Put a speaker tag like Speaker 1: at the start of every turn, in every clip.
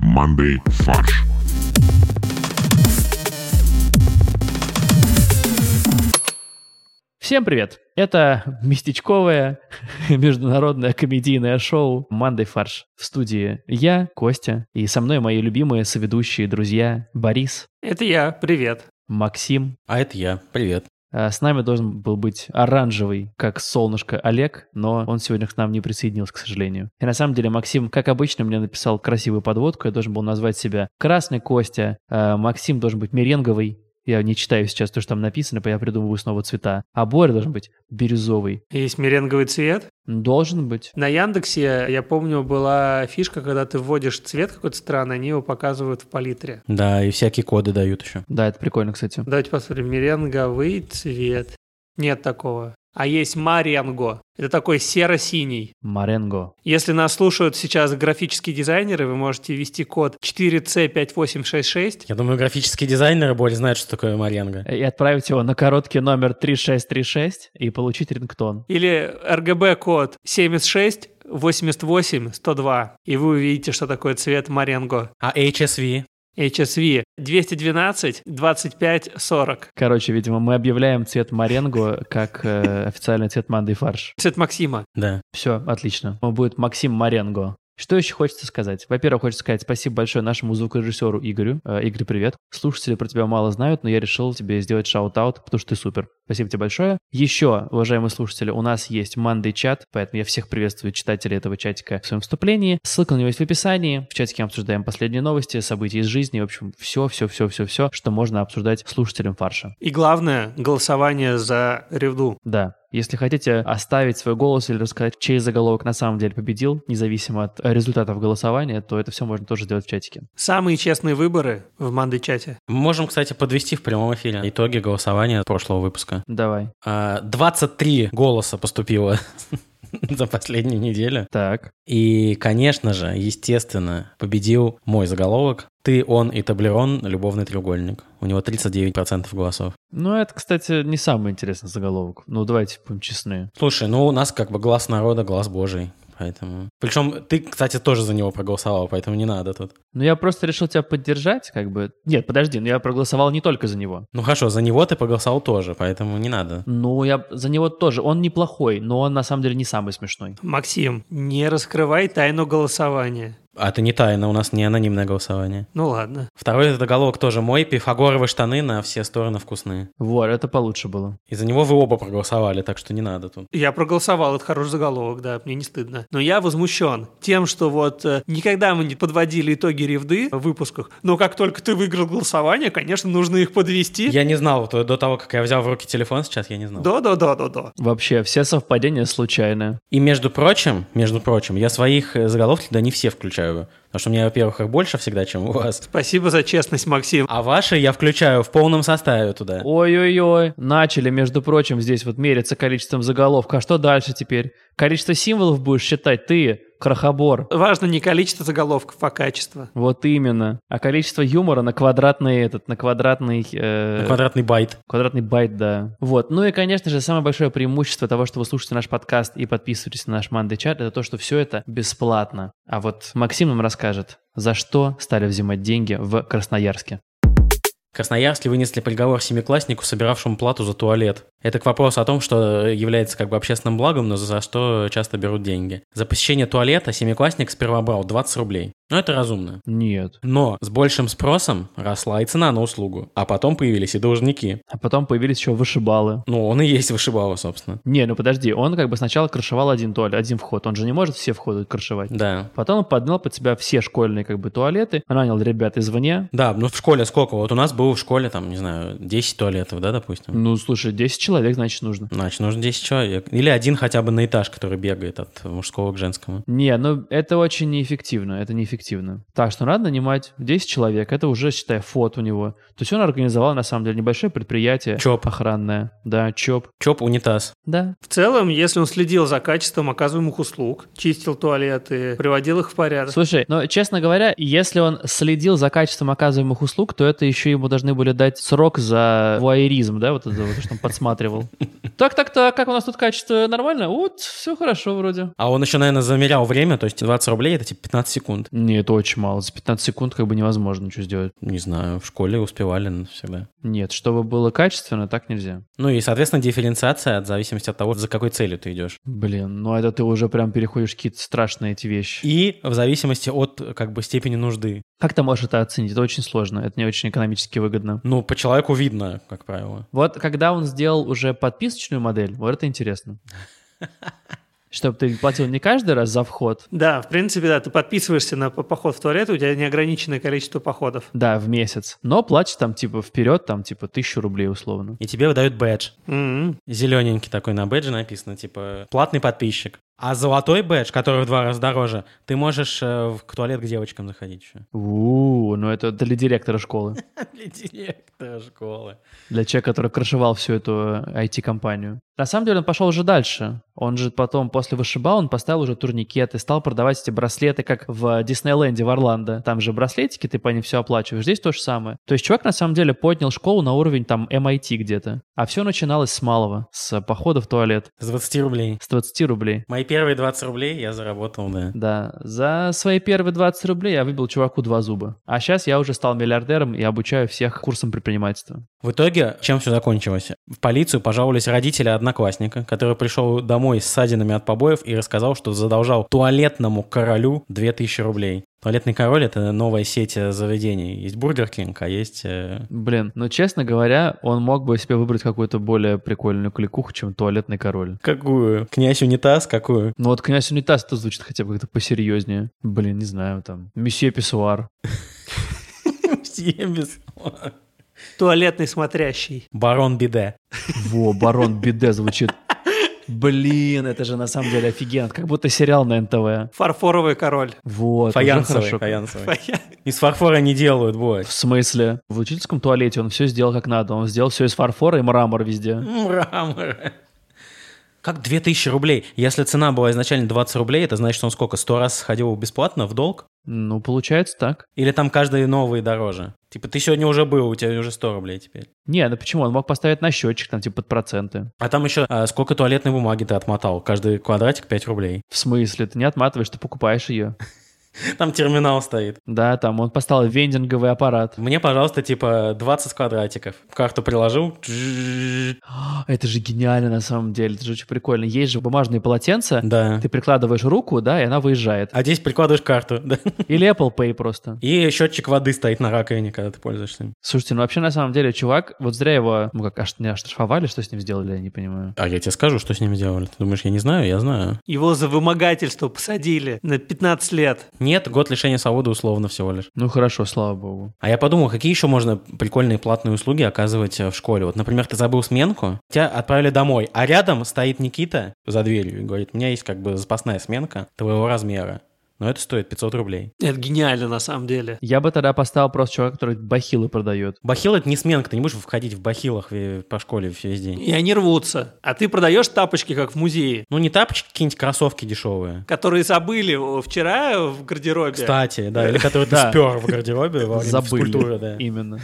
Speaker 1: командой «Фарш».
Speaker 2: Всем привет! Это местечковое международное комедийное шоу «Мандай фарш». В студии я, Костя, и со мной мои любимые соведущие друзья Борис,
Speaker 3: Это я, привет.
Speaker 2: Максим.
Speaker 4: А это я. Привет.
Speaker 2: А С нами должен был быть оранжевый, как солнышко, Олег, но он сегодня к нам не присоединился, к сожалению. И на самом деле Максим, как обычно, мне написал красивую подводку. Я должен был назвать себя Красный Костя, а Максим должен быть меренговый. Я не читаю сейчас то, что там написано, я придумываю снова цвета. А Боря должен быть бирюзовый.
Speaker 3: Есть меренговый цвет.
Speaker 2: Должен быть.
Speaker 3: На Яндексе, я помню, была фишка, когда ты вводишь цвет какой-то странный, они его показывают в палитре.
Speaker 4: Да, и всякие коды дают еще.
Speaker 2: Да, это прикольно, кстати.
Speaker 3: Давайте посмотрим. Меренговый цвет. Нет такого. А есть маренго. Это такой серо-синий.
Speaker 2: Маренго.
Speaker 3: Если нас слушают сейчас графические дизайнеры, вы можете ввести код 4C5866.
Speaker 4: Я думаю, графические дизайнеры более знают, что такое маренго.
Speaker 2: И отправить его на короткий номер 3636 и получить рингтон.
Speaker 3: Или RGB-код 76 88 102. И вы увидите, что такое цвет маренго.
Speaker 4: А HSV?
Speaker 3: HSV 212 25 40.
Speaker 2: Короче, видимо, мы объявляем цвет маренго как э, официальный цвет манды и фарш.
Speaker 3: Цвет Максима.
Speaker 4: Да.
Speaker 2: Все, отлично. Он будет Максим Маренго. Что еще хочется сказать? Во-первых, хочется сказать спасибо большое нашему звукорежиссеру Игорю. Э, Игорь, привет. Слушатели про тебя мало знают, но я решил тебе сделать шаут-аут, потому что ты супер. Спасибо тебе большое. Еще, уважаемые слушатели, у нас есть Мандай чат, поэтому я всех приветствую читателей этого чатика в своем вступлении. Ссылка на него есть в описании. В чатике мы обсуждаем последние новости, события из жизни, в общем, все, все, все, все, все, что можно обсуждать слушателям фарша.
Speaker 3: И главное, голосование за ревду.
Speaker 2: Да. Если хотите оставить свой голос или рассказать, чей заголовок на самом деле победил, независимо от э, результатов голосования, то это все можно тоже сделать в чатике.
Speaker 3: Самые честные выборы в Манды-чате.
Speaker 4: Мы можем, кстати, подвести в прямом эфире итоги голосования прошлого выпуска.
Speaker 2: Давай.
Speaker 4: А, 23 голоса поступило за последнюю неделю.
Speaker 2: Так.
Speaker 4: И, конечно же, естественно, победил мой заголовок «Ты, он и Таблерон. Любовный треугольник». У него 39% голосов.
Speaker 2: Ну, это, кстати, не самый интересный заголовок. Ну, давайте будем честны.
Speaker 4: Слушай, ну у нас как бы глаз народа, глаз божий. Поэтому... Причем ты, кстати, тоже за него проголосовал, поэтому не надо тут.
Speaker 2: Ну, я просто решил тебя поддержать, как бы... Нет, подожди, но я проголосовал не только за него.
Speaker 4: Ну хорошо, за него ты проголосовал тоже, поэтому не надо.
Speaker 2: Ну, я за него тоже. Он неплохой, но он на самом деле не самый смешной.
Speaker 3: Максим, не раскрывай тайну голосования.
Speaker 4: А это не тайна, у нас не анонимное голосование.
Speaker 3: Ну ладно.
Speaker 4: Второй заголовок тоже мой, пифагоровые штаны на все стороны вкусные.
Speaker 2: Вот, это получше было.
Speaker 4: И за него вы оба проголосовали, так что не надо тут.
Speaker 3: Я проголосовал, это хороший заголовок, да, мне не стыдно. Но я возмущен тем, что вот э, никогда мы не подводили итоги ревды в выпусках, но как только ты выиграл голосование, конечно, нужно их подвести.
Speaker 4: Я не знал, то- до того, как я взял в руки телефон сейчас, я не знал.
Speaker 3: Да-да-да-да-да.
Speaker 2: Вообще, все совпадения случайные.
Speaker 4: И между прочим, между прочим, я своих э, заголовки да не все включаю. Потому что у меня, во-первых, их больше всегда, чем у вас.
Speaker 3: Спасибо за честность, Максим.
Speaker 4: А ваши я включаю в полном составе туда.
Speaker 2: Ой-ой-ой, начали, между прочим, здесь вот мериться количеством заголовков. А что дальше теперь? Количество символов будешь считать ты, крохобор.
Speaker 3: Важно не количество заголовков, а качество.
Speaker 2: Вот именно. А количество юмора на квадратный этот, на квадратный... э,
Speaker 4: На квадратный байт.
Speaker 2: Квадратный байт, да. Вот. Ну и, конечно же, самое большое преимущество того, что вы слушаете наш подкаст и подписываетесь на наш Манды чат, это то, что все это бесплатно. А вот Максим нам расскажет, за что стали взимать деньги в Красноярске.
Speaker 4: В Красноярске вынесли приговор семикласснику, собиравшему плату за туалет. Это к вопросу о том, что является как бы общественным благом, но за что часто берут деньги. За посещение туалета семиклассник сперва брал 20 рублей. Но это разумно.
Speaker 2: Нет.
Speaker 4: Но с большим спросом росла и цена на услугу, а потом появились и должники.
Speaker 2: А потом появились еще вышибалы.
Speaker 4: Ну, он и есть вышибало, собственно.
Speaker 2: Не, ну подожди, он как бы сначала крышевал один туалет, один вход. Он же не может все входы крышевать.
Speaker 4: Да.
Speaker 2: Потом он поднял под себя все школьные как бы туалеты, нанял ребят извне.
Speaker 4: Да, ну в школе сколько? Вот у нас было в школе, там, не знаю, 10 туалетов, да, допустим?
Speaker 2: Ну, слушай, 10 человек, значит, нужно.
Speaker 4: Значит, нужно 10 человек. Или один хотя бы на этаж, который бегает от мужского к женскому.
Speaker 2: Не, ну это очень неэффективно, это неэффективно. Так что надо нанимать 10 человек, это уже, считай, фот у него. То есть он организовал, на самом деле, небольшое предприятие.
Speaker 4: Чоп.
Speaker 2: Охранное. Да, ЧОП.
Speaker 4: Чоп, унитаз.
Speaker 2: Да.
Speaker 3: В целом, если он следил за качеством оказываемых услуг, чистил туалеты, приводил их в порядок,
Speaker 2: Слушай, но, честно говоря, если он следил за качеством оказываемых услуг, то это еще ему должны были дать срок за вуайеризм, да, вот это вот, что он подсматривал. Так-так-так, как у нас тут качество нормально? Вот, все хорошо вроде.
Speaker 4: А он еще, наверное, замерял время, то есть 20 рублей это типа 15 секунд.
Speaker 2: Не, это очень мало. За 15 секунд как бы невозможно ничего сделать.
Speaker 4: Не знаю, в школе успевали ну, всегда.
Speaker 2: Нет, чтобы было качественно, так нельзя.
Speaker 4: Ну и, соответственно, дифференциация от зависимости от того, за какой целью ты идешь.
Speaker 2: Блин, ну это ты уже прям переходишь в какие-то страшные эти вещи.
Speaker 4: И в зависимости от как бы степени нужды.
Speaker 2: Как ты можешь это оценить? Это очень сложно, это не очень экономически выгодно.
Speaker 4: Ну, по человеку видно, как правило.
Speaker 2: Вот когда он сделал уже подписочную модель, вот это интересно. Чтобы ты платил не каждый раз за вход,
Speaker 3: Да, в принципе, да, ты подписываешься на по- поход в туалет, у тебя неограниченное количество походов.
Speaker 2: да, в месяц, но платишь там типа вперед, там типа тысячу рублей условно.
Speaker 4: И тебе выдают бэдж.
Speaker 3: М-м.
Speaker 4: Зелененький такой на бэдже написано, типа, платный подписчик. А золотой бэдж, который в два раза дороже, ты можешь э, в к- туалет к девочкам заходить еще.
Speaker 2: У, ну это для директора школы,
Speaker 4: Для директора школы.
Speaker 2: для человека, который крышевал всю эту э, IT-компанию. На самом деле он пошел уже дальше. Он же потом после вышиба он поставил уже турникеты, стал продавать эти браслеты, как в Диснейленде в Орландо. Там же браслетики, ты по ним все оплачиваешь. Здесь то же самое. То есть чувак на самом деле поднял школу на уровень там MIT где-то. А все начиналось с малого, с похода в туалет,
Speaker 4: С 20 рублей.
Speaker 2: с 20 рублей.
Speaker 4: Мои первые 20 рублей я заработал, да.
Speaker 2: Да, за свои первые 20 рублей я выбил чуваку два зуба. А сейчас я уже стал миллиардером и обучаю всех курсам предпринимательства.
Speaker 4: В итоге, чем все закончилось? В полицию пожаловались родители одноклассника, который пришел домой с ссадинами от побоев и рассказал, что задолжал туалетному королю 2000 рублей. Туалетный король — это новая сеть э, заведений. Есть Бургер Кинг, а есть... э,
Speaker 2: Блин, ну честно говоря, он мог бы себе выбрать какую-то более прикольную кликуху, чем туалетный король.
Speaker 4: Какую? Князь унитаз, какую?
Speaker 2: Ну вот князь унитаз это звучит хотя бы как-то посерьезнее. Блин, не знаю, там. Месье Писсуар.
Speaker 4: Съебис.
Speaker 3: Туалетный смотрящий.
Speaker 4: Барон Биде.
Speaker 2: Во, барон биде звучит. Блин, это же на самом деле офигенно. Как будто сериал на НТВ.
Speaker 3: Фарфоровый король.
Speaker 2: Вот, уже
Speaker 4: Фаянсовый,
Speaker 2: хорошо.
Speaker 4: фаянсовый. Из фарфора не делают, бой.
Speaker 2: В смысле? В учительском туалете он все сделал как надо. Он сделал все из фарфора и мрамор везде.
Speaker 4: Мрамор. Как 2000 рублей? Если цена была изначально 20 рублей, это значит, он сколько, 100 раз сходил бесплатно в долг?
Speaker 2: Ну, получается так.
Speaker 4: Или там каждый новый дороже? Типа, ты сегодня уже был, у тебя уже 100 рублей теперь.
Speaker 2: Не, ну почему? Он мог поставить на счетчик, там, типа, под проценты.
Speaker 4: А там еще а, сколько туалетной бумаги ты отмотал? Каждый квадратик 5 рублей.
Speaker 2: В смысле? Ты не отматываешь, ты покупаешь ее.
Speaker 4: Там терминал стоит.
Speaker 2: Да, там он поставил вендинговый аппарат.
Speaker 4: Мне, пожалуйста, типа 20 квадратиков. Карту приложил.
Speaker 2: А, Это же гениально на самом деле, это же очень прикольно. Есть же бумажные полотенца,
Speaker 4: Да.
Speaker 2: ты прикладываешь руку, да, и она выезжает.
Speaker 4: А здесь прикладываешь карту. да.
Speaker 2: Или Apple Pay просто.
Speaker 4: И счетчик воды стоит на раковине, когда ты пользуешься им.
Speaker 2: Слушайте, ну вообще на самом деле чувак, вот зря его, ну как, аж не оштрафовали, что с ним сделали, я не понимаю.
Speaker 4: А я тебе скажу, что с ним сделали. Ты думаешь, я не знаю? Я знаю.
Speaker 3: Его за вымогательство посадили на 15 лет.
Speaker 4: Нет, год лишения свободы условно всего лишь.
Speaker 2: Ну хорошо, слава богу.
Speaker 4: А я подумал, какие еще можно прикольные платные услуги оказывать э, в школе. Вот, например, ты забыл сменку, тебя отправили домой, а рядом стоит Никита за дверью и говорит, у меня есть как бы запасная сменка твоего размера, но это стоит 500 рублей.
Speaker 3: Это гениально на самом деле.
Speaker 2: Я бы тогда поставил просто чувака, который бахилы продает.
Speaker 4: Бахил это не сменка, ты не будешь входить в бахилах ве- по школе весь день.
Speaker 3: И они рвутся. А ты продаешь тапочки, как в музее,
Speaker 4: Ну, не тапочки, какие-нибудь кроссовки дешевые.
Speaker 3: которые забыли о, вчера в гардеробе.
Speaker 4: Кстати, да, или которые ты
Speaker 2: Да.
Speaker 4: спер в гардеробе во время физкультуры,
Speaker 2: Забыли.
Speaker 4: да.
Speaker 2: Именно.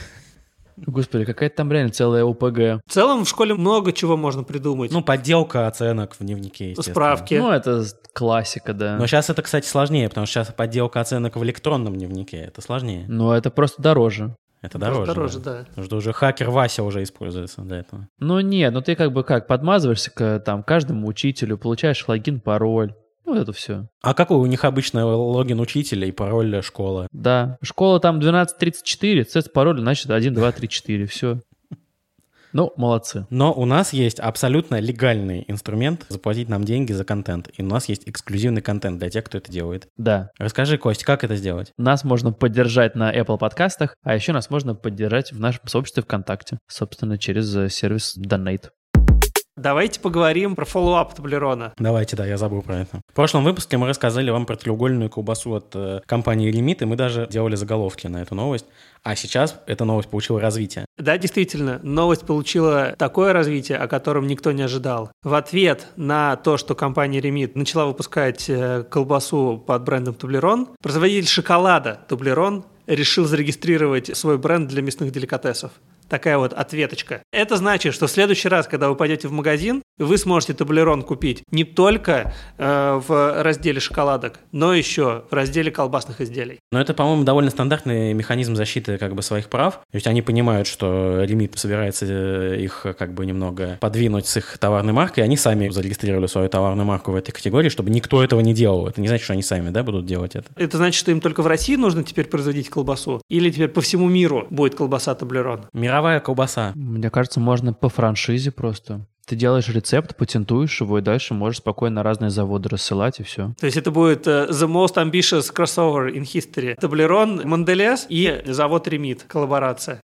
Speaker 2: Ну, Господи, какая-то там реально целая ОПГ.
Speaker 3: В целом в школе много чего можно придумать.
Speaker 4: Ну, подделка оценок в дневнике, естественно.
Speaker 3: Справки.
Speaker 2: Ну, это классика, да.
Speaker 4: Но сейчас это, кстати, сложнее, потому что сейчас подделка оценок в электронном дневнике. Это сложнее.
Speaker 2: Но Ну, это просто дороже.
Speaker 4: Это
Speaker 3: Даже
Speaker 4: Ну, дороже.
Speaker 3: дороже,
Speaker 4: да.
Speaker 3: да.
Speaker 4: Потому что уже хакер Вася уже используется для этого.
Speaker 2: Ну нет, ну ты как бы как, подмазываешься к там каждому учителю, получаешь логин, пароль. Ну, вот это все.
Speaker 4: А какой у них обычно логин учителя и пароль школы?
Speaker 2: Да. Школа там 1234, цец пароль, значит, 1, 2, 3, 4, все. Ну, молодцы.
Speaker 4: Но у нас есть абсолютно легальный инструмент заплатить нам деньги за контент. И у нас есть эксклюзивный контент для тех, кто это делает.
Speaker 2: Да.
Speaker 4: Расскажи, Кость, как это сделать?
Speaker 2: Нас можно поддержать на Apple подкастах, а еще нас можно поддержать в нашем сообществе ВКонтакте, собственно, через э, сервис Donate.
Speaker 3: Давайте поговорим про фоллоуап Таблерона.
Speaker 4: Давайте, да, я забыл про это. В прошлом выпуске мы рассказали вам про треугольную колбасу от э, компании Лимит, и мы даже делали заголовки на эту новость. А сейчас эта новость получила развитие.
Speaker 3: Да, действительно, новость получила такое развитие, о котором никто не ожидал. В ответ на то, что компания Ремит начала выпускать э, колбасу под брендом Тублерон, производитель шоколада Тублерон решил зарегистрировать свой бренд для мясных деликатесов. такая вот ответочка. Это значит, что в следующий раз, когда вы пойдете в магазин, вы сможете таблерон купить не только э, в разделе шоколадок, но еще в разделе колбасных изделий.
Speaker 4: Но это, по-моему, довольно стандартный механизм защиты как бы своих прав. То есть они понимают, что лимит собирается э, их э, как бы немного подвинуть с их товарной маркой, они сами зарегистрировали свою товарную марку в этой категории, чтобы никто этого не делал. Это не значит, что они сами, да, будут делать это.
Speaker 3: Это значит, что им только в России нужно теперь производить колбасу? Или теперь по всему миру будет колбаса таблерон?
Speaker 4: Мировая колбаса.
Speaker 2: Мне кажется, можно по франшизе просто. Ты делаешь рецепт, патентуешь его, и дальше можешь спокойно на разные заводы рассылать, и все.
Speaker 3: То есть это будет э, the most ambitious crossover in history. Таблерон, Монделес и завод Ремит. Коллаборация.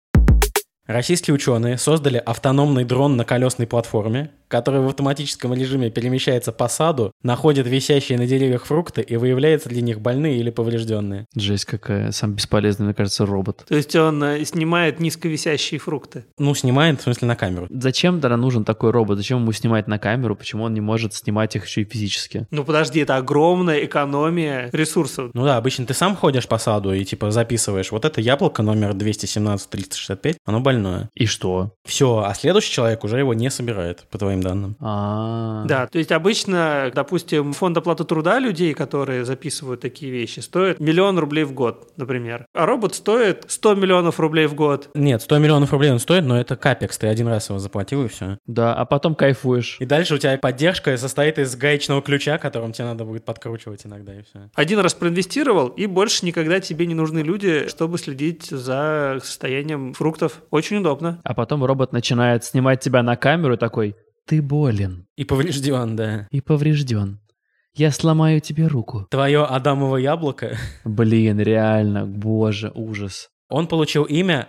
Speaker 4: Российские ученые создали автономный дрон на колесной платформе, который в автоматическом режиме перемещается по саду, находит висящие на деревьях фрукты и выявляет для них больные или поврежденные.
Speaker 2: Жесть какая. Сам бесполезный, мне кажется, робот.
Speaker 3: То есть он э, снимает низковисящие фрукты.
Speaker 4: Ну, снимает, в смысле, на камеру.
Speaker 2: Зачем тогда нужен такой робот? Зачем ему снимать на камеру? Почему он не может снимать их еще и физически?
Speaker 3: Ну подожди, это огромная экономия ресурсов.
Speaker 4: Ну да, обычно ты сам ходишь по саду и типа записываешь, вот это яблоко номер 217-365, оно больное.
Speaker 2: И что?
Speaker 4: Все, а следующий человек уже его не собирает, по твоим данным.
Speaker 2: А,
Speaker 3: Да, то есть обычно, допустим, фонд оплаты труда людей, которые записывают такие вещи, стоит миллион рублей в год, например. А робот стоит 100 миллионов рублей в год.
Speaker 4: Нет, 100 миллионов рублей он стоит, но это капекс, ты один раз его заплатил и все.
Speaker 2: Да, а потом кайфуешь.
Speaker 4: И дальше у тебя поддержка состоит из гаечного ключа, которым тебе надо будет подкручивать иногда и все.
Speaker 3: Один раз проинвестировал, и больше никогда тебе не нужны люди, чтобы следить за состоянием фруктов. Очень удобно.
Speaker 2: А потом робот начинает снимать тебя на камеру и такой, ты болен
Speaker 4: И поврежден, да.
Speaker 2: и поврежден. Я сломаю тебе руку.
Speaker 4: Твое Адамово яблоко.
Speaker 2: Блин, реально, боже, ужас.
Speaker 4: Он получил имя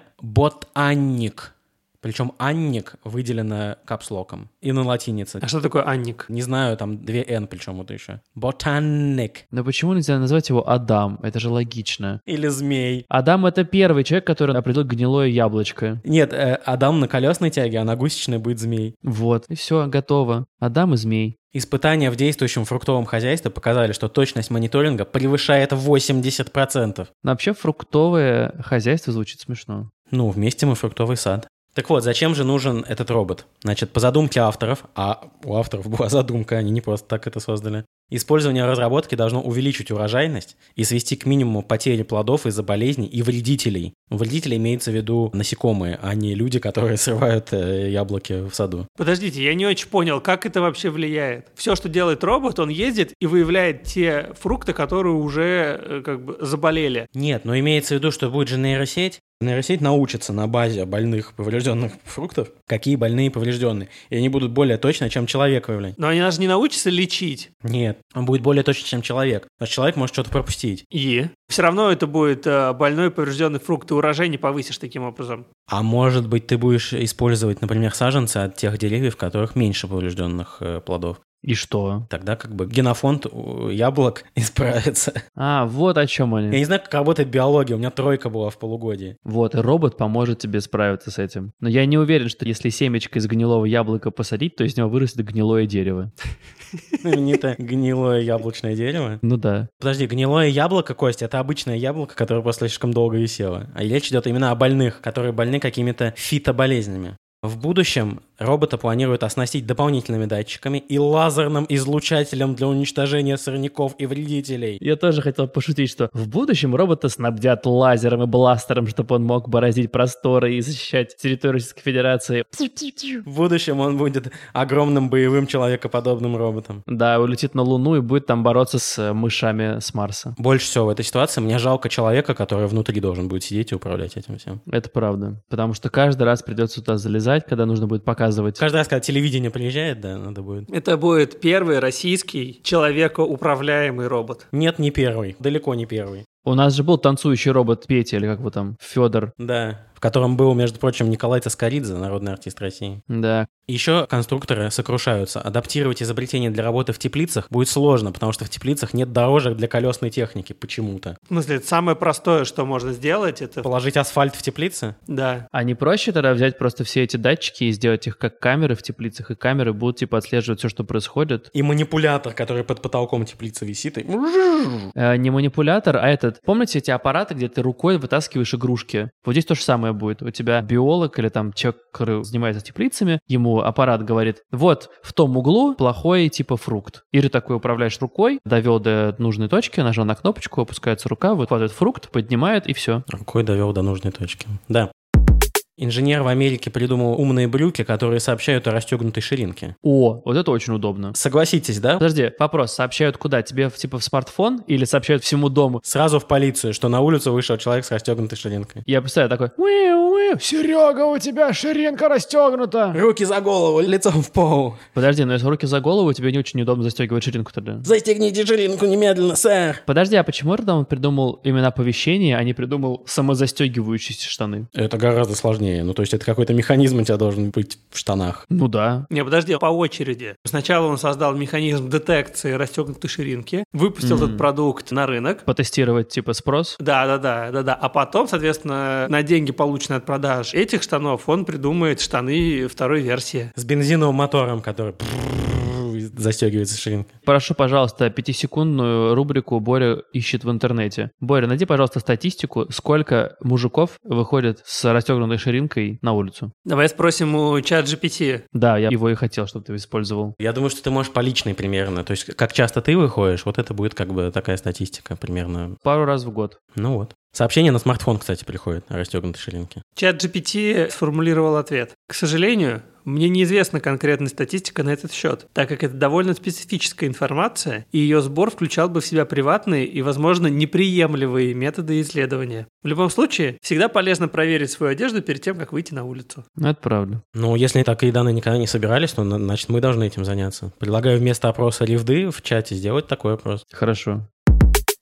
Speaker 4: Ботанник. Причем Анник выделено капслоком и на латинице.
Speaker 3: А что такое анник?
Speaker 4: Не знаю, там две Н причем это еще. Ботанник.
Speaker 2: Но почему нельзя назвать его Адам? Это же логично.
Speaker 4: Или змей.
Speaker 2: Адам — это первый человек, который определил гнилое яблочко.
Speaker 4: Нет, э, Адам на колесной тяге, а на гусечной будет змей.
Speaker 2: Вот, и все, готово. Адам и змей.
Speaker 4: Испытания в действующем фруктовом хозяйстве показали, что точность мониторинга превышает 80%.
Speaker 2: Но вообще фруктовое хозяйство звучит смешно.
Speaker 4: Ну, вместе мы фруктовый сад. Так вот, зачем же нужен этот робот? Значит, по задумке авторов, а у авторов была задумка, они не просто так это создали, использование разработки должно увеличить урожайность и свести к минимуму потери плодов из-за болезней и вредителей. Вредители имеются в виду насекомые, а не люди, которые срывают э, яблоки в саду.
Speaker 3: Подождите, я не очень понял, как это вообще влияет. Все, что делает робот, он ездит и выявляет те фрукты, которые уже э, как бы заболели.
Speaker 4: Нет, но имеется в виду, что будет же нейросеть. Нейросеть научится на базе больных поврежденных фруктов, какие больные и поврежденные. И они будут более точно, чем человек выявлять.
Speaker 3: Но они даже не научатся лечить.
Speaker 4: Нет, он будет более точен, чем человек. Но человек может что-то пропустить.
Speaker 3: И все равно это будет э, больной поврежденный фрукт, и урожай не повысишь таким образом.
Speaker 4: А может быть, ты будешь использовать, например, саженцы от тех деревьев, в которых меньше поврежденных э, плодов.
Speaker 2: И что?
Speaker 4: Тогда как бы генофонд у яблок исправится.
Speaker 2: А, вот о чем
Speaker 4: Я
Speaker 2: они.
Speaker 4: не знаю, как работает биология, у меня тройка была в полугодии.
Speaker 2: Вот, и робот поможет тебе справиться с этим. Но я не уверен, что если семечко из гнилого яблока посадить, то из него вырастет гнилое дерево.
Speaker 4: Знаменитое гнилое яблочное дерево.
Speaker 2: Ну да.
Speaker 4: Подожди, гнилое яблоко, Кость, это обычное яблоко, которое просто слишком долго висело. А речь идет именно о больных, которые больны какими-то фитоболезнями. В будущем робота планируют оснастить дополнительными датчиками и лазерным излучателем для уничтожения сорняков и вредителей.
Speaker 2: Я тоже хотел пошутить, что в будущем робота снабдят лазером и бластером, чтобы он мог бороздить просторы и защищать территорию Российской Федерации.
Speaker 4: В будущем он будет огромным боевым человекоподобным роботом.
Speaker 2: Да, улетит на Луну и будет там бороться с э, мышами с Марса.
Speaker 4: Больше всего в этой ситуации мне жалко человека, который внутри должен будет сидеть и управлять этим всем.
Speaker 2: Это правда. Потому что каждый раз придется туда залезать, когда нужно будет показывать.
Speaker 4: Каждый раз, когда телевидение приезжает, да, надо будет.
Speaker 3: Это будет первый российский человекоуправляемый робот.
Speaker 4: Нет, не первый. Далеко не первый.
Speaker 2: У нас же был танцующий робот Петя, или как его там, Федор.
Speaker 4: Да, в котором был, между прочим, Николай Тоскоридзе, народный артист России.
Speaker 2: Да,
Speaker 4: Еще конструкторы сокрушаются. Адаптировать изобретение для работы в теплицах будет сложно, потому что в теплицах нет дорожек для колесной техники почему-то.
Speaker 3: В смысле, это самое простое, что можно сделать, это...
Speaker 4: Положить асфальт в теплице?
Speaker 3: Да.
Speaker 2: А не проще тогда взять просто все эти датчики и сделать их как камеры в теплицах, и камеры будут типа отслеживать все, что происходит?
Speaker 4: И манипулятор, который под потолком теплицы висит, и
Speaker 2: Э, не манипулятор, а этот. Помните эти аппараты, где ты рукой вытаскиваешь игрушки? Вот здесь то же самое. самое будет. У тебя биолог или там человек, который занимается теплицами, ему аппарат говорит, вот в том углу плохой типа фрукт. И ты такой управляешь рукой, довел до нужной точки, нажал на кнопочку, опускается рука, выхватывает фрукт, поднимает и все.
Speaker 4: Рукой довел до нужной точки. Да. Инженер в Америке придумал умные брюки, которые сообщают о расстегнутой ширинке.
Speaker 2: О, вот это очень удобно.
Speaker 4: Согласитесь, да?
Speaker 2: Подожди, вопрос, сообщают куда? Тебе в- типа в смартфон или сообщают всему дому?
Speaker 4: Сразу в полицию, что на улицу вышел человек с расстегнутой ширинкой.
Speaker 2: Я представляю такой, «Уиу, уиу, Серега, у тебя ширинка расстегнута.
Speaker 4: Руки за голову, лицом в пол.
Speaker 2: Подожди, но если руки за голову, тебе не очень удобно застегивать ширинку тогда.
Speaker 4: Застегните ширинку немедленно, сэр.
Speaker 2: Подожди, а почему Эрдом придумал именно оповещение, а не придумал самозастегивающиеся штаны?
Speaker 4: Это гораздо сложнее. Ну, то есть это какой-то механизм у тебя должен быть в штанах.
Speaker 2: Ну да,
Speaker 3: Не, подожди, по очереди. Сначала он создал механизм детекции расстегнутой ширинки, выпустил
Speaker 2: Мгм.
Speaker 3: этот продукт на рынок.
Speaker 2: потестировать типа спрос.
Speaker 3: Да, да, да, да, да. А потом, соответственно, на деньги, полученные от продаж этих штанов, он придумает штаны второй версии.
Speaker 4: С бензиновым мотором, который застегивается ширинка.
Speaker 2: Прошу, пожалуйста, пятисекундную рубрику Боря ищет в интернете. Боря, найди, пожалуйста, статистику, сколько мужиков выходит с расстегнутой ширинкой на улицу.
Speaker 3: Давай спросим у чат GPT.
Speaker 2: Да, я его и хотел, чтобы ты использовал.
Speaker 4: Я думаю, что ты можешь по личной примерно. То есть как часто ты выходишь, вот это будет как бы такая статистика примерно.
Speaker 2: Пару раз в год.
Speaker 4: Ну вот. Сообщение на смартфон, кстати, приходит о расстегнутой ширинке.
Speaker 3: Чат GPT сформулировал ответ. К сожалению, мне неизвестна конкретная статистика на этот счет, так как это довольно специфическая информация, и ее сбор включал бы в себя приватные и, возможно, неприемлемые методы исследования. В любом случае, всегда полезно проверить свою одежду перед тем, как выйти на улицу.
Speaker 2: Ну, это правда.
Speaker 4: Ну, если такие данные никогда не собирались, то на- значит мы должны этим заняться. Предлагаю вместо опроса ревды в чате сделать такой опрос.
Speaker 2: Хорошо.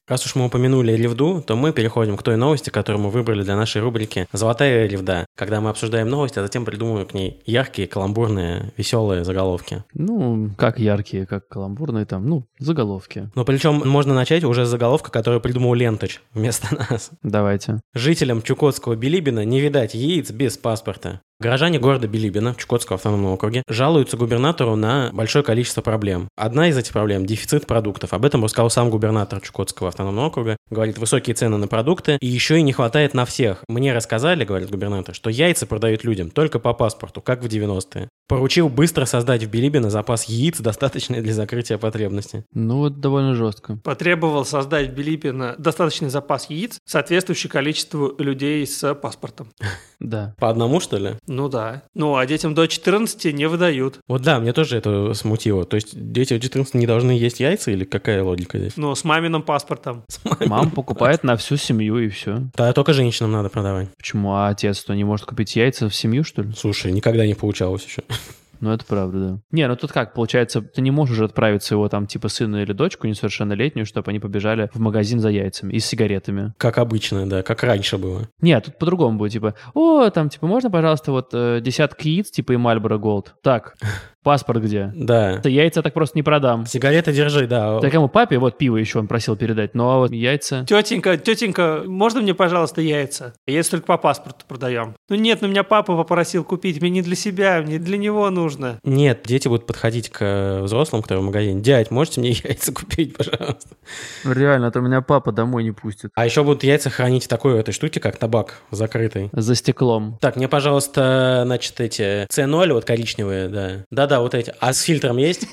Speaker 4: Раз уж мы упомянули ревду, то мы переходим к той новости, которую мы выбрали для нашей рубрики «Золотая ревда», когда мы обсуждаем новость, а затем придумываем к ней яркие, каламбурные, веселые заголовки.
Speaker 2: Ну, как яркие, как каламбурные там, ну, заголовки.
Speaker 4: Но причем можно начать уже с заголовка, который придумал Ленточ вместо нас.
Speaker 2: Давайте.
Speaker 4: Жителям Чукотского Билибина не видать яиц без паспорта. Горожане города Билибина, Чукотского автономного округе, жалуются губернатору на большое количество проблем. Одна из этих проблем – дефицит продуктов. Об этом рассказал сам губернатор Чукотского автономного округа. Говорит, высокие цены на продукты, и еще и не хватает на всех. Мне рассказали, говорит губернатор, что яйца продают людям только по паспорту, как в 90-е. Поручил быстро создать в Билибино запас яиц, достаточный для закрытия потребности.
Speaker 2: Ну, вот довольно жестко.
Speaker 3: Потребовал создать в Билипино достаточный запас яиц, соответствующий количеству людей с паспортом.
Speaker 2: Да.
Speaker 4: По одному, что ли?
Speaker 3: Ну да. Ну а детям до 14 не выдают.
Speaker 4: Вот да, мне тоже это смутило. То есть дети от 14 не должны есть яйца или какая логика здесь?
Speaker 3: Ну, с маминым паспортом.
Speaker 2: Мама покупает на всю семью и все.
Speaker 4: Да, только женщинам надо продавать.
Speaker 2: Почему? А отец что, не может купить яйца в семью, что ли?
Speaker 4: Слушай, никогда не получалось еще.
Speaker 2: Ну, это правда, да. Не, ну тут как, получается, ты не можешь же отправить своего там типа сына или дочку несовершеннолетнюю, чтобы они побежали в магазин за яйцами и с сигаретами.
Speaker 4: Как обычно, да, как раньше было.
Speaker 2: Не, а тут по-другому будет, типа, о, там, типа, можно, пожалуйста, вот э, десяток яиц, типа, и Мальборо Голд. Так, паспорт где?
Speaker 4: Да.
Speaker 2: Это яйца я так просто не продам.
Speaker 4: Сигареты держи, да.
Speaker 2: Так ему папе, вот пиво еще он просил передать, ну а вот яйца...
Speaker 3: Тетенька, тетенька, можно мне, пожалуйста, яйца? Яйца только по паспорту продаем. Ну нет, ну меня папа попросил купить, мне не для себя, мне для него нужно.
Speaker 4: Нет, дети будут подходить к э, взрослым, которые в магазине. Дядь, можете мне яйца купить, пожалуйста?
Speaker 2: Реально, то меня папа домой не пустит.
Speaker 4: А еще будут яйца хранить в такой этой штуке, как табак закрытый.
Speaker 2: За стеклом.
Speaker 4: Так, мне, пожалуйста, значит, эти С0, вот коричневые, да. Да-да, вот эти. А с фильтром есть?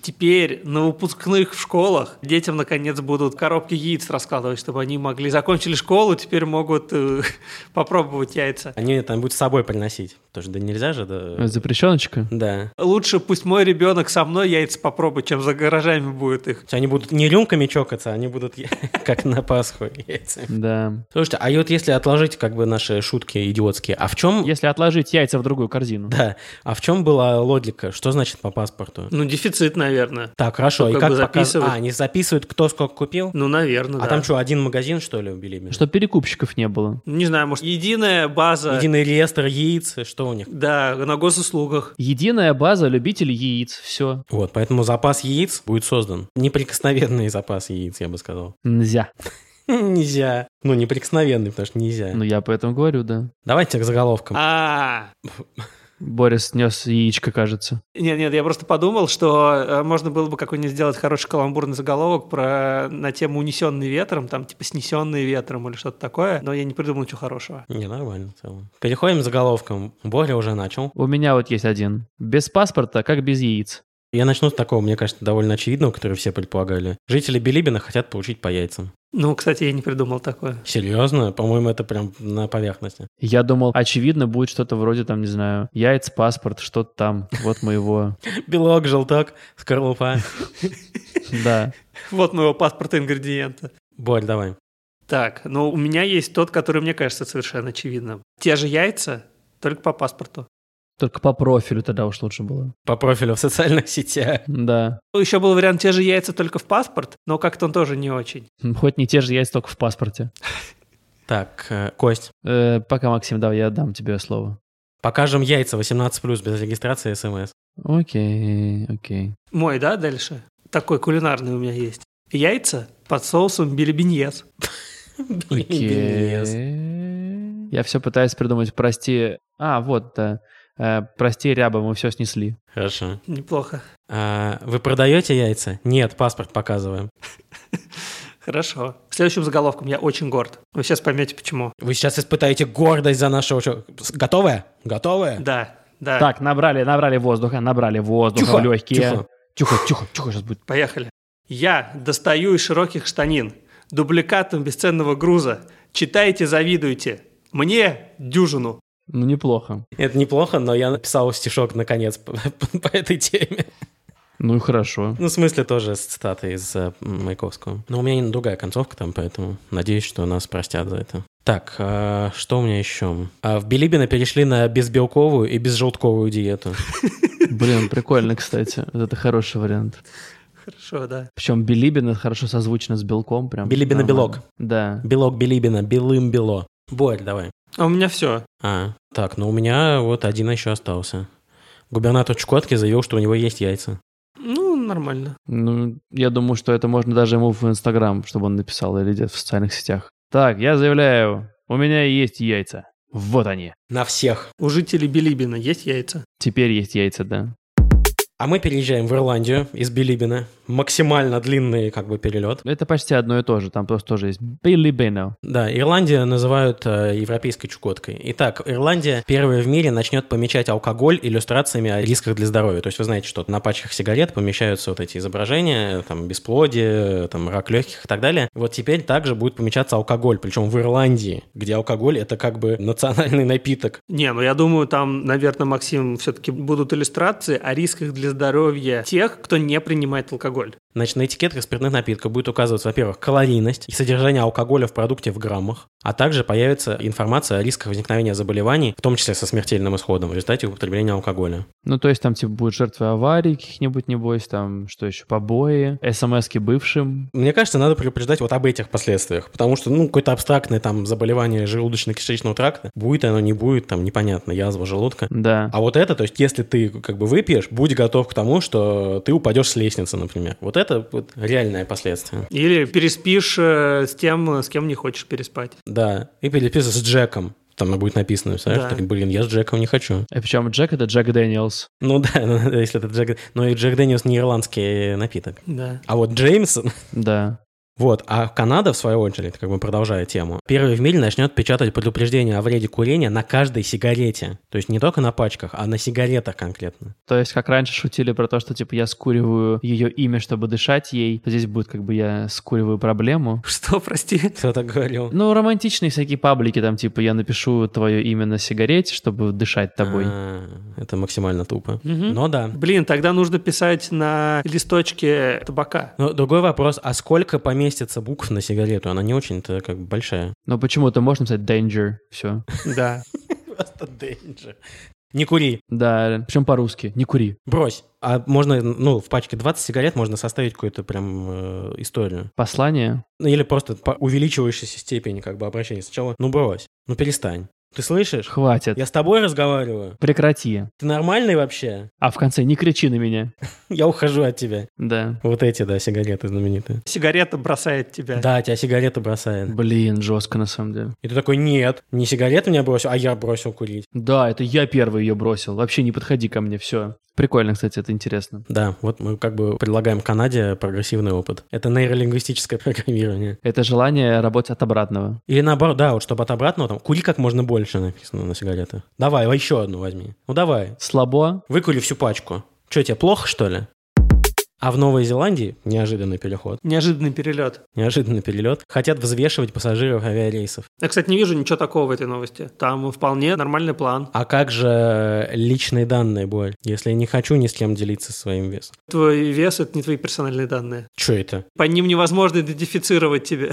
Speaker 3: Теперь на выпускных в школах детям, наконец, будут коробки яиц раскладывать, чтобы они могли закончили школу, теперь могут э, попробовать яйца.
Speaker 4: Они там будут с собой приносить. Потому что да нельзя же,
Speaker 2: Э,
Speaker 4: да.
Speaker 2: Запрещеночка?
Speaker 4: Да.
Speaker 3: Лучше пусть мой ребенок со мной яйца попробует, чем за гаражами будет их.
Speaker 4: То есть Они будут не рюмками чокаться, они будут е- как на Пасху яйца.
Speaker 2: Да.
Speaker 4: Слушайте, а вот если отложить как бы наши шутки идиотские, а в чем...
Speaker 2: Если отложить яйца в другую корзину.
Speaker 4: Да, а в чем была логика? Что значит по паспорту?
Speaker 3: Ну, дефицит, наверное.
Speaker 4: Так, хорошо,
Speaker 3: Ну,
Speaker 4: и
Speaker 3: как
Speaker 4: как
Speaker 3: бы
Speaker 4: показ-
Speaker 3: записывать.
Speaker 4: А, они записывают, кто сколько купил?
Speaker 3: Ну, наверное,
Speaker 4: А
Speaker 3: да.
Speaker 4: там что, один магазин, что ли, у Билибина?
Speaker 2: Чтоб перекупщиков не было.
Speaker 3: Не знаю, может, единая база,
Speaker 4: Единый реестр яиц, что у них?
Speaker 3: да, на госуслугах.
Speaker 2: Единая база любителей яиц. Все.
Speaker 4: Вот, поэтому запас яиц будет создан. Неприкосновенный запас яиц, я бы сказал.
Speaker 2: Нельзя.
Speaker 4: Нельзя. Ну, неприкосновенный, потому что нельзя. А-
Speaker 2: Ну, я поэтому говорю, да.
Speaker 4: Давайте к заголовкам.
Speaker 3: А,
Speaker 2: Борис нес яичко, кажется.
Speaker 3: Нет, нет, я просто подумал, что э, можно было бы какой-нибудь сделать хороший каламбурный заголовок про на тему унесенный ветром, там типа снесенный ветром или что-то такое, но я не придумал ничего хорошего.
Speaker 4: Не, нормально в целом. Переходим к заголовкам. Боря уже начал.
Speaker 2: У меня вот есть один. Без паспорта, как без яиц.
Speaker 4: Я начну с такого, мне кажется, довольно очевидного, который все предполагали. Жители Билибина хотят получить по яйцам.
Speaker 3: Ну, кстати, я не придумал такое.
Speaker 4: Серьезно? По-моему, это прям на поверхности.
Speaker 2: Я думал, очевидно, будет что-то вроде, там, не знаю, яиц, паспорт, что-то там, вот моего,
Speaker 4: Белок, желток, скорлупа.
Speaker 2: да.
Speaker 3: Вот моего паспорта ингредиента.
Speaker 4: Борь, давай.
Speaker 3: Так, ну у меня есть тот, который мне кажется совершенно очевидным. Те же яйца, только по паспорту.
Speaker 2: Только по профилю тогда уж лучше было.
Speaker 4: По профилю в социальных сетях.
Speaker 2: Да.
Speaker 3: Еще был вариант те же яйца только в паспорт, но как-то он тоже не очень.
Speaker 2: Хоть не те же яйца, только в паспорте.
Speaker 4: Так, э, Кость,
Speaker 2: Э, пока, Максим, да, я дам тебе слово.
Speaker 4: покажем яйца 18+, без регистрации эм и смс.
Speaker 2: Окей, окей.
Speaker 3: Мой, да, дальше? Такой кулинарный у меня есть. Яйца под соусом билибиньес.
Speaker 4: Билибиньез.
Speaker 2: Окей. Я все пытаюсь придумать, прости... А, вот, да. Э, прости, ряба, мы все снесли.
Speaker 4: Хорошо.
Speaker 3: Неплохо.
Speaker 4: А, Вы продаете яйца? Нет, паспорт показываем.
Speaker 3: Хорошо. Следующим заголовком я очень горд. Вы сейчас поймете, почему.
Speaker 4: Вы сейчас испытаете гордость за нашего чё- С- Готовы? Готовы?
Speaker 3: Да, да.
Speaker 2: Так, набрали, набрали воздуха, набрали воздуха
Speaker 4: Э. Тихо,
Speaker 2: в легкие.
Speaker 4: тихо.
Speaker 2: Тихо, тихо, тихо, сейчас будет.
Speaker 3: Поехали. Я достаю из широких штанин дубликатом бесценного груза. Читайте, завидуйте. Мне дюжину.
Speaker 2: Ну, неплохо.
Speaker 4: Это неплохо, но я написал стишок наконец по, по этой теме.
Speaker 2: Ну и хорошо.
Speaker 4: Ну, в смысле, тоже с цитаты из э, Маяковского. Но у меня другая концовка там, поэтому надеюсь, что нас простят за это. Так, а что у меня еще? А, в Билибино перешли на безбелковую и безжелтковую диету.
Speaker 2: Блин, прикольно, кстати. Вот это хороший вариант.
Speaker 3: Хорошо, да.
Speaker 2: Причем билибин это хорошо созвучно с белком. прям.
Speaker 4: Билибин и
Speaker 2: нормально.
Speaker 4: белок.
Speaker 2: Да.
Speaker 4: Белок Билибина, белым бело. Борь, давай.
Speaker 3: А у меня все.
Speaker 4: А, так, ну у меня вот один еще остался. Губернатор Чукотки заявил, что у него есть яйца.
Speaker 3: Ну, нормально.
Speaker 2: Ну, я думаю, что это можно даже ему в Инстаграм, чтобы он написал или где-то в социальных сетях. Так, я заявляю, у меня есть яйца. Вот они.
Speaker 4: На всех.
Speaker 3: У жителей Билибина есть яйца.
Speaker 2: Теперь есть яйца, да.
Speaker 4: А мы переезжаем в Ирландию из Билибина. Максимально длинный как бы перелет.
Speaker 2: Это почти одно и то же, там просто тоже есть билибино.
Speaker 4: Да, Ирландия называют э, европейской Чукоткой. Итак, Ирландия первая в мире начнет помечать алкоголь иллюстрациями о рисках для здоровья. То есть вы знаете, что на пачках сигарет помещаются вот эти изображения, э, там, бесплодие, э, там, рак легких и так далее. Вот теперь также будет помечаться алкоголь, причем в Ирландии, где алкоголь это как бы национальный напиток.
Speaker 3: Не, ну я думаю, там, наверное, Максим, все-таки будут иллюстрации о рисках для здоровья тех, кто не принимает алкоголь.
Speaker 4: Значит, на этикетках спиртных напитков будет указываться, во-первых, калорийность и содержание алкоголя в продукте в граммах, а также появится информация о рисках возникновения заболеваний, в том числе со смертельным исходом в результате употребления алкоголя.
Speaker 2: Ну, то есть там типа будут жертвы аварий каких-нибудь, небось, там что еще, побои, смски бывшим.
Speaker 4: Мне кажется, надо предупреждать вот об этих последствиях, потому что, ну, какое-то абстрактное там заболевание желудочно-кишечного тракта, будет оно, не будет, там, непонятно, язва желудка.
Speaker 2: Да.
Speaker 4: А вот это, то есть, если ты как бы выпьешь, будь готов к тому, что ты упадешь с лестницы, например. Вот это вот реальное последствие.
Speaker 3: Или переспишь э, с тем, с кем не хочешь переспать.
Speaker 4: Да, и переписка с Джеком. Там будет написано, представляешь,
Speaker 3: Да.
Speaker 4: так, блин, я с Джеком не хочу.
Speaker 2: И причем Джек это Джек Дэниелс.
Speaker 4: Ну да, если это Джек... Но и Джек Дэниелс не ирландский напиток.
Speaker 3: Да.
Speaker 4: А вот Джеймсон...
Speaker 2: Да.
Speaker 4: Вот, а Канада, в свою очередь, как бы продолжая тему, первый в мире начнет печатать предупреждение о вреде курения на каждой сигарете. То есть не только на пачках, а на сигаретах конкретно.
Speaker 2: То есть, как раньше шутили про то, что, типа, я скуриваю ее имя, чтобы дышать ей, то здесь будет, как бы, я скуриваю проблему.
Speaker 3: Что, прости?
Speaker 4: Кто так говорил?
Speaker 2: Ну, романтичные всякие паблики, там, типа, я напишу твое имя на сигарете, чтобы дышать тобой.
Speaker 4: А, это максимально тупо.
Speaker 3: Мгм.
Speaker 4: Но да.
Speaker 3: Блин, тогда нужно писать на листочке табака.
Speaker 4: Но другой вопрос, а сколько поместится букв на сигарету? Она не очень-то как бы большая.
Speaker 2: Но почему-то можно написать danger, все.
Speaker 3: Да.
Speaker 4: Просто danger. Не кури.
Speaker 2: Да, причем по-русски, не кури.
Speaker 4: Брось. А можно, ну, в пачке 20 сигарет можно составить какую-то прям э, историю.
Speaker 2: Послание?
Speaker 4: Ну, или просто по увеличивающейся степени как бы обращения. Сначала, ну, брось, ну, перестань. Ты слышишь?
Speaker 2: Хватит.
Speaker 4: Я с тобой разговариваю.
Speaker 2: Прекрати.
Speaker 4: Ты нормальный вообще?
Speaker 2: А в конце не кричи на меня.
Speaker 4: Я ухожу от тебя.
Speaker 2: Да.
Speaker 4: Вот эти, да, сигареты знаменитые.
Speaker 3: Сигарета бросает тебя.
Speaker 4: Да, тебя сигарета бросает.
Speaker 2: Блин, жестко на самом деле.
Speaker 4: И ты такой, нет, не сигарета меня бросил, а я бросил курить.
Speaker 2: Да, это я первый ее бросил. Вообще не подходи ко мне, все. Прикольно, кстати, это интересно.
Speaker 4: Да, вот мы как бы предлагаем Канаде прогрессивный опыт. Это нейролингвистическое программирование.
Speaker 2: Это желание работать от обратного.
Speaker 4: Или наоборот, да, вот чтобы от обратного, там, кури как можно больше написано на сигареты. Давай, а еще одну возьми. Ну давай,
Speaker 2: Слабо?
Speaker 4: выкури всю пачку. Че, тебе плохо, что ли? А в Новой Зеландии неожиданный переход,
Speaker 3: Неожиданный перелет.
Speaker 4: неожиданный перелет, хотят взвешивать пассажиров авиарейсов.
Speaker 3: Я, кстати, не вижу ничего такого в этой новости. Там вполне нормальный план.
Speaker 4: А как же э, личные данные, Боль? Если я не хочу ни с кем делиться своим весом.
Speaker 3: Твой вес — это не твои персональные данные.
Speaker 4: Че это?
Speaker 3: По ним невозможно идентифицировать тебя.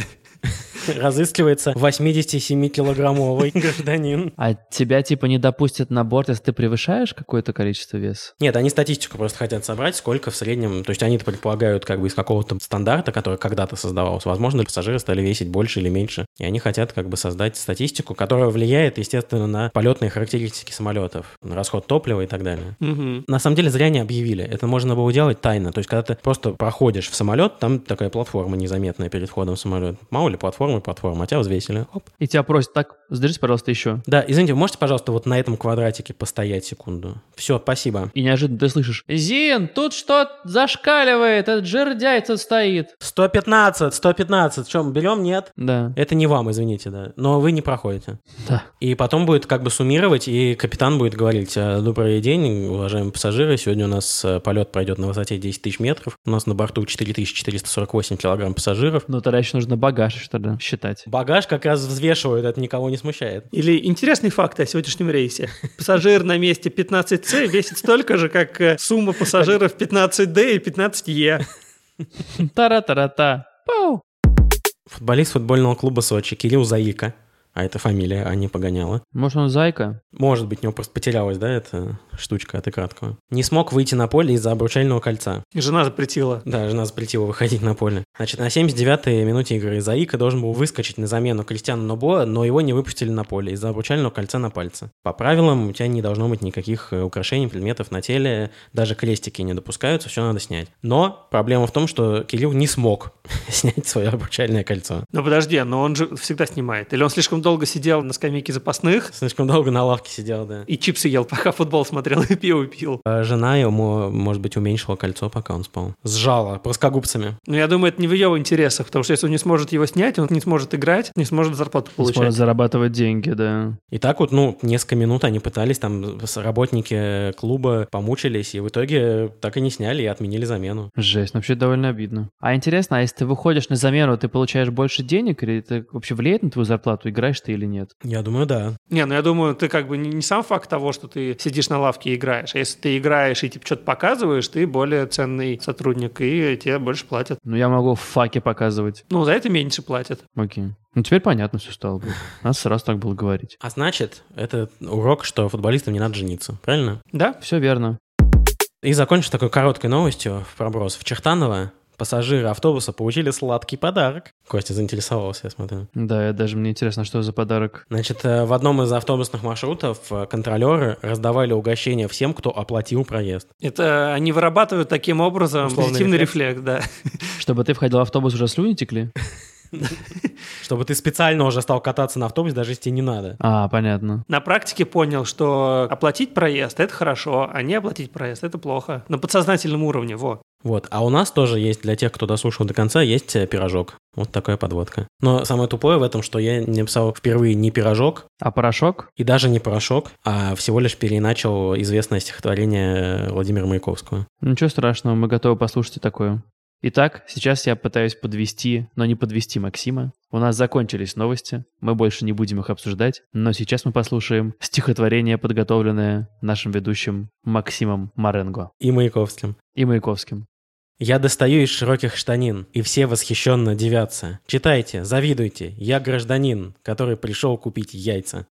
Speaker 4: Разыскивается 87-килограммовый гражданин.
Speaker 2: А тебя типа не допустят на борт, если ты превышаешь какое-то количество веса?
Speaker 4: Нет, они статистику просто хотят собрать, сколько в среднем, то есть они предполагают как бы из какого-то стандарта, который когда-то создавался, возможно, пассажиры стали весить больше или меньше, и они хотят как бы создать статистику, которая влияет, естественно, на полетные характеристики самолетов, на расход топлива и так далее.
Speaker 3: Мгм.
Speaker 4: На самом деле зря не объявили. Это можно было делать тайно. То есть, когда ты просто проходишь в самолет, там такая платформа незаметная перед входом в самолет. Мало ли, платформа, платформа, а тебя взвесили. Хоп.
Speaker 2: И тебя просят так, сдержись, пожалуйста, еще.
Speaker 4: Да, извините, вы можете, пожалуйста, вот на этом квадратике постоять секунду? Все, спасибо.
Speaker 2: И неожиданно ты слышишь, Зин, тут что зашкаливает, этот жердяй тут стоит.
Speaker 4: 115, 115, чем берем, нет?
Speaker 2: Да,
Speaker 4: Это не вам, извините, да. Но вы не проходите.
Speaker 2: да.
Speaker 4: И потом будет как бы суммировать, и капитан будет говорить, «Э, добрый день, уважаемые пассажиры, сегодня у нас э, полет пройдет на высоте 10 тысяч метров, у нас на борту 4448 килограмм пассажиров.
Speaker 2: Ну тогда еще нужно багаж, что ли, считать.
Speaker 4: Багаж как раз взвешивают, это никого не смущает.
Speaker 3: Или интересный факт о сегодняшнем рейсе. Пассажир на месте 15С весит столько же, как э, сумма пассажиров 15Д и 15Е.
Speaker 2: Тара-тара-та. Пау.
Speaker 4: Футболист футбольного клуба Сочи Кирилл Заика, а это фамилия, а не Погоняла.
Speaker 2: Может, он зайка?
Speaker 4: Может быть, у него просто потерялась, да, эта штучка от краткого. Не смог выйти на поле из-за обручального кольца.
Speaker 3: Жена запретила.
Speaker 4: Да, жена запретила выходить на поле. Значит, на 79-й минуте игры Заика должен был выскочить на замену Кристиану Нобо, но его не выпустили на поле из-за обручального кольца на пальце. По правилам, у тебя не должно быть никаких э, украшений, предметов на теле, даже крестики не допускаются, все надо снять. Но проблема в том, что Кирилл не смог снять свое обручальное кольцо.
Speaker 3: Но подожди, но он же всегда снимает. Или он слишком долго сидел на скамейке запасных
Speaker 4: Слишком долго на лавке сидел, да.
Speaker 3: и чипсы ел, пока футбол смотрел и пиво пил.
Speaker 4: А Жена ему, может быть, уменьшила кольцо, пока он спал. Сжала плоскогубцами.
Speaker 3: Но я думаю, это не в ее интересах, потому что если он не сможет его снять, он не сможет играть, не сможет зарплату
Speaker 2: Не сможет
Speaker 3: получать.
Speaker 2: зарабатывать деньги, да.
Speaker 4: И так вот, ну, несколько минут они пытались, там, с- работники э, клуба помучились, и в итоге так и не сняли и отменили замену.
Speaker 2: Жесть, ну вообще довольно обидно. А интересно, а если ты выходишь на замену, ты получаешь больше денег, или это вообще влияет на твою зарплату, играешь ты или нет?
Speaker 4: Я думаю, да.
Speaker 3: Не, ну я думаю, ты как бы не, не сам факт того, что ты сидишь на лавке и играешь. А если ты играешь и типа что-то показываешь, ты более ценный сотрудник, и тебе больше платят.
Speaker 2: Ну, я могу в факе показывать.
Speaker 3: Ну, за это меньше платят.
Speaker 2: Окей. Ну, теперь понятно все стало. Бы. Надо сразу так было говорить.
Speaker 4: А значит, это урок, что футболистам не надо жениться, правильно?
Speaker 3: Да?
Speaker 2: Все верно.
Speaker 4: И закончу такой короткой новостью в проброс. В Чертаново пассажиры автобуса получили сладкий подарок. Костя заинтересовался, я смотрю.
Speaker 2: Да, я даже мне интересно, что за подарок.
Speaker 4: Значит, э, в одном из автобусных маршрутов э, контролеры раздавали угощения всем, кто оплатил проезд.
Speaker 3: Это э, они вырабатывают таким образом
Speaker 4: Условный
Speaker 3: позитивный
Speaker 4: рефлекс.
Speaker 3: рефлекс, да.
Speaker 2: Чтобы ты входил в автобус, уже слюни текли?
Speaker 4: Чтобы ты специально уже стал кататься на автобусе, даже если тебе не надо.
Speaker 2: А, понятно.
Speaker 3: На практике понял, что оплатить проезд – это хорошо, а не оплатить проезд – это плохо. На подсознательном уровне, во.
Speaker 4: Вот, а у нас тоже есть, для тех, кто дослушал до конца, есть э, пирожок. Вот такая подводка. Но самое тупое в этом, что я не написал впервые не пирожок
Speaker 2: А порошок?
Speaker 4: и даже не порошок, а всего лишь переначал известное стихотворение э, Владимира Маяковского.
Speaker 2: Ничего страшного, мы готовы послушать и такое. Итак, сейчас я пытаюсь подвести, но не подвести Максима. У нас закончились новости, мы больше не будем их обсуждать, но сейчас мы послушаем стихотворение, подготовленное нашим ведущим Максимом Маренго
Speaker 4: И Маяковским.
Speaker 2: и Маяковским.
Speaker 4: Я достаю из широких штанин, и все восхищенно девятся. Читайте, завидуйте, я гражданин, который пришел купить яйца.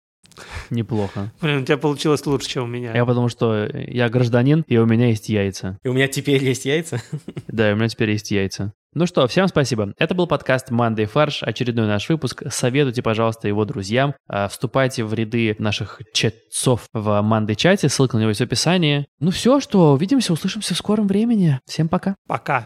Speaker 2: Неплохо.
Speaker 3: Блин, у тебя получилось лучше, чем у меня.
Speaker 2: Я потому что я гражданин, и у меня есть яйца.
Speaker 4: И у меня теперь есть яйца.
Speaker 2: Да, и у меня теперь есть яйца. Ну что, всем спасибо. Это был подкаст «Мандай фарш», очередной наш выпуск. Советуйте, пожалуйста, его друзьям. А, Вступайте в ряды наших чатцов в «Мандай чате», ссылка на него есть в описании. Ну все, что, увидимся, услышимся в скором времени. Всем пока.
Speaker 3: Пока.